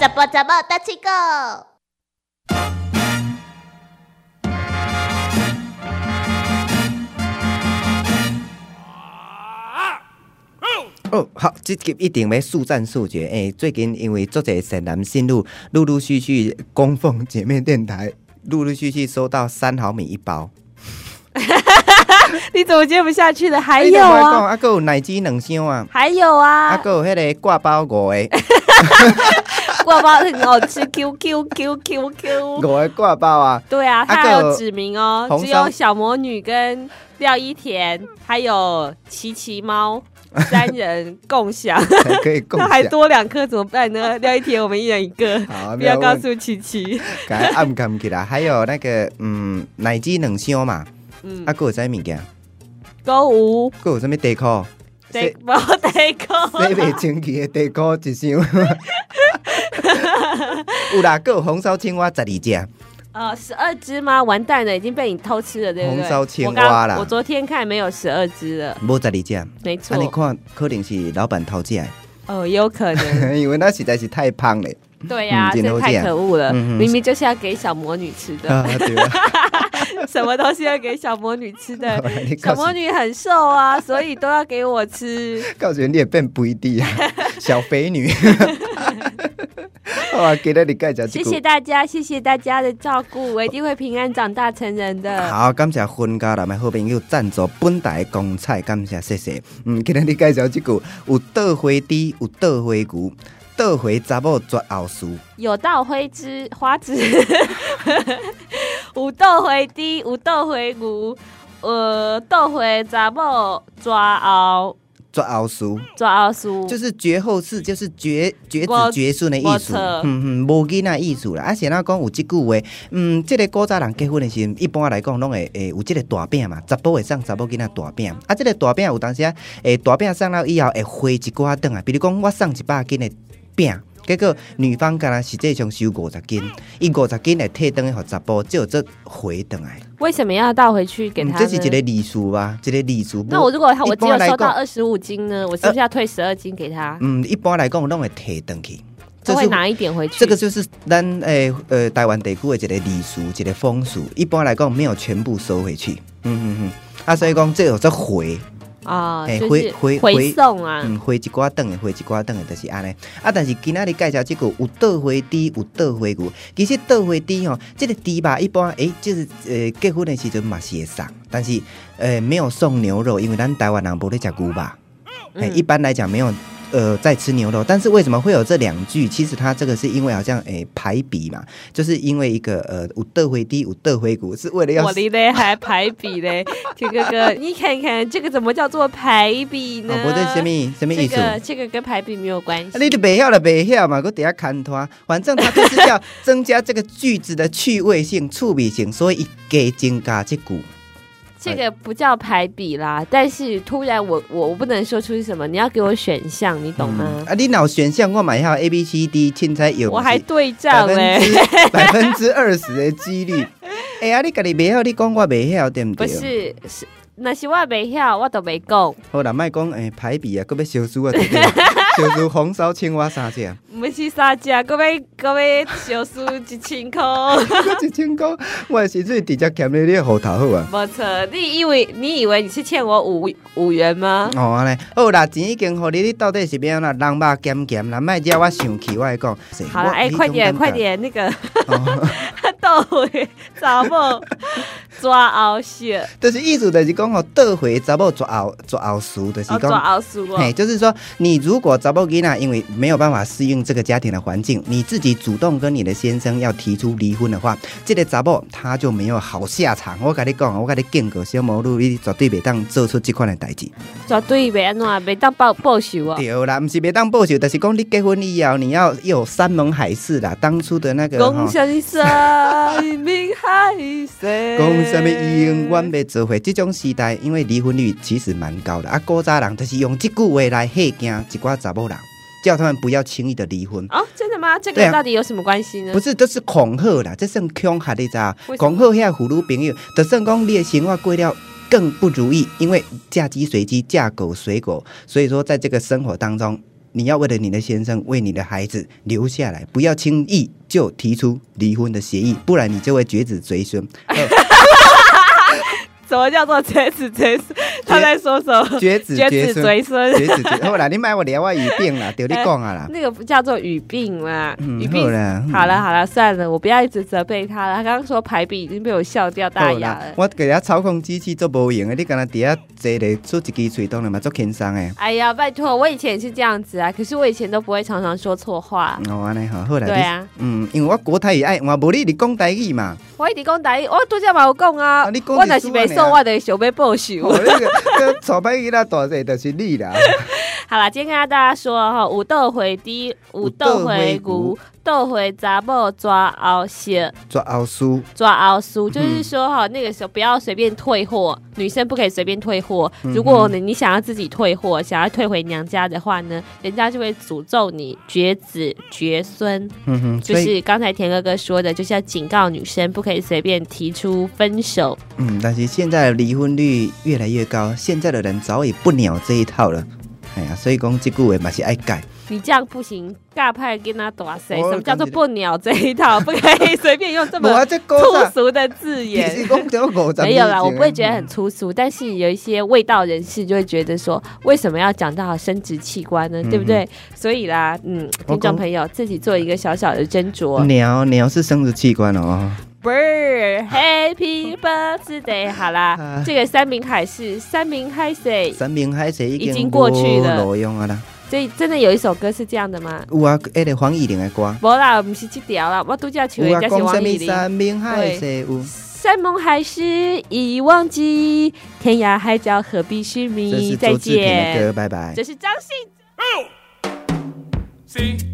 怎么怎么大七个？哦，好，即集一定要速战速决。诶、最近因为作者善男信女陆陆续续供奉姐妹电台，陆陆续续收到三毫米一包。你怎么接不下去了？还你有听我讲啊，啊，还有奶鸡两箱啊，还有啊，啊，还有迄个挂包 五个，挂包很好吃，Q Q Q Q Q 五。个挂包啊。对啊，他还还有有指名哦，红只烧有小魔女跟廖一田，还有琪琪 猫三人共享，才 可以 共那享。还多两颗怎么办呢？ 廖一田我们一人一个， 好，不啊没有要告问诉琪琪。给它暗藏起来。还有那个嗯，奶鸡两箱嘛，嗯啊，，还有啥物件？购物还有啥物地裤？得 不得购？ 洗袂清气的地沟一箱。有啦，还有红烧青蛙十二只，呃，十二只吗？完蛋了，已经被你偷吃了，对不对？红烧青蛙啦我刚我昨天看没有十二只了，无十二只。啊，没错你，看，可能是老板偷吃哦，也有可能。 的，因为那实在是太胖了。对呀、嗯真的太可恶了，嗯嗯明明就是要给小魔女吃的，啊，对啊， 什么东西要给小魔女吃 的？你小告诉魔女很瘦啊，所以都要给我吃。告诉你也变肥 的啊，小肥女。 好啊，今日你介绍谢 这谢句。大家，谢谢大家的照顾，我一定会平安长大成人的。好，感谢分家人的好朋友赞助本台公菜，感谢谢谢。嗯，今日你介绍这句，有倒回猪，有倒回牛，倒回查某绝后事。有道灰之花枝， 有豆回滴，有豆回牛，呃，豆回查某抓熬绝后事抓熬输，就是绝后事，就是绝绝子我绝孙的意我思错。嗯嗯，无囡仔意思啦。啊，是那讲有即句话，嗯，即、个古早人结婚的时候，一般来讲拢会会有即个大饼嘛，查甫会送查某囡仔大饼。啊，即、个大饼有当时啊，诶，大饼送了以后会花一寡顿啊，比如讲我送一百斤的饼。结果女方敢若实际上收五十斤，伊五十斤会退转去互查甫，只有这回转来。为什么要倒回去给嗯他这呢？是一个礼数吧，一个礼数。那我如果般我只有来收到讲呃二十五斤呢，我是不是要退十二斤给他？嗯，一般来讲拢会退转去。他这会是拿一点回去？这个就是咱诶呃台湾地区的一个礼俗，一个风俗，一般来讲没有全部收回去。嗯嗯嗯。啊，所以讲这有这回，啊，哎就是回回回回送啊，嗯，回一寡顿的，回一寡顿的，就是安尼。啊，但是今仔日介绍这个有倒回猪，有倒回牛。其实倒回猪吼，这个猪吧，一般诶、就是呃结婚的时阵嘛是会送，但是呃没有送牛肉，因为咱台湾人不咧食牛吧。哎、嗯一般来讲没有呃在吃牛肉，但是为什么会有这两句？其实它这个是因为好像哎、排比嘛，就是因为一个呃五德回低五德回骨是为了要我的嘞还排比嘞，这个哥，你看看这个怎么叫做排比呢？哦，不对，什么什么意这思？个这个跟排比没有关啊、你系。都袂晓了，袂晓嘛，搁底下砍拖，反正它就是要增加这个句子的趣味性、趣味性，所以一加增加这句。这个不叫排比啦，但是突然我我我不能说出是什么，你要给我选项，你懂吗？啊，你脑选项我买下 A B C D，凊彩有我还对百账分嘞， 之百分之二十的几率。哎、呀、啊，你家己袂晓，你讲我袂晓，对不不对？是是。那是我没晓，我都没讲，好啦，莫讲诶排比啊，搁要烧猪啊，对不对？ 烧猪红烧青蛙三只，不是三只，各位各位小输一千块。搁一千箍，我的薪水直接欠你你的户头好啊。 没错，你以为你以为你是欠我五五元吗？哦，安尼，好啦，钱已经互你，你到底是要安怎人肉咸咸啦，莫惹我生气，我来讲。好了，我哎、快点，快！点，那个 你讲感觉哦倒回查某 抓熬血，就是意思就是讲吼，倒回查某抓后抓后事，就是哦，抓讲。熬输哦嘿，，就是说，你如果找某囡仔，因为没有办法适应这个家庭的环境，你自己主动跟你的先生要提出离婚的话，这个查某他就没有好下场。我跟你讲，我跟你见过小毛路，你绝对袂当做出这款的代志。绝对袂安怎，袂当报报仇哦。对啦，不是袂当报仇，但、就是讲你结婚以后，你要有山盟海誓啦，当初的那个讲吼。什山明海誓， 讲什么永远袂做伙，这种时代，因为离婚率其实蛮高的。啊，古早人就是用这句话来吓惊一寡查某人。叫他们不要轻易的离婚。哦，真的吗？这对啊个到底有什么关系呢？不是，这是恐吓啦，这算恐吓你知道？为什么恐吓遐妇女朋友，就算讲你的生活过了更不如意，因为嫁鸡随鸡，嫁狗随狗，所以说在这个生活当中，你要为了你的先生，为你的孩子留下来，不要轻易就提出离婚的协议，不然你就会绝子 追孙。哦什么叫做绝子追 孙？他在说什么？绝子绝绝子孙，追孙。绝子绝。后来你买我聊我语病啦，对你讲啊啦，那个不叫做语病啦， 语嗯，病好。啦，嗯好了好了，算了，我不要一直责备他了。他刚刚说排比已经被我笑掉大好牙啦了，。我给他操控机器做无用的，你敢若底下坐咧出一支喙当然嘛足轻松诶。哎呀，拜托，我以前也是这样子啊，可是我以前都不会常常说错话。哦，安尼吼，好啦，对你啊，嗯，因为我国台语爱，我无你你讲台语 嘛，我一直讲台语，哦我拄则嘛有讲啊，啊你讲我是若是输袂啊爽，你啊我就想要报仇。我那个这丑歹囡仔大细就是你啦，好啦，今天跟大家说哈，有豆回滴，有豆回牛，豆回查某抓后血，抓后输，抓后输，嗯就是说哈，那个时候不要随便退货，女生不可以随便退货。嗯如果你你想要自己退货，想要退回娘家的话呢，人家就会诅咒你绝子绝孙。嗯哼，就所以是刚才田哥哥说的，就是要警告女生不可以随便提出分手。嗯，但是现在的离婚率越来越高，现在的人早已不鸟这一套了。哎呀，所以讲这句话嘛是爱改，你这样不行，尬派跟他打谁？我什么叫做感觉不鸟这一套？不可以随便用这 无么啊，这古粗早俗的字也眼是。讲到五十没有啦，我不会觉得很很粗俗，但是有一些味道人士就会觉得说，为什么要讲到生殖器官呢？对不对？所以啦，嗯，嗯我听众懂朋友自己做一个小小的斟酌。鸟鸟是生殖器官哦，不是 Happy Birthday，好啦啊，这个三明海是三明海水，三明海水已已经经过去了无路用啊啦，所以真的有一首歌是这样的吗？有啊，迄个黄义玲的歌，无啦，不是这条啦，我都叫求有人啊，家是讲什王忆么玲。三明海水有。山盟海誓已忘记，天涯海角何必须这是迷。再周志平的歌，见，拜拜这。是张信。 C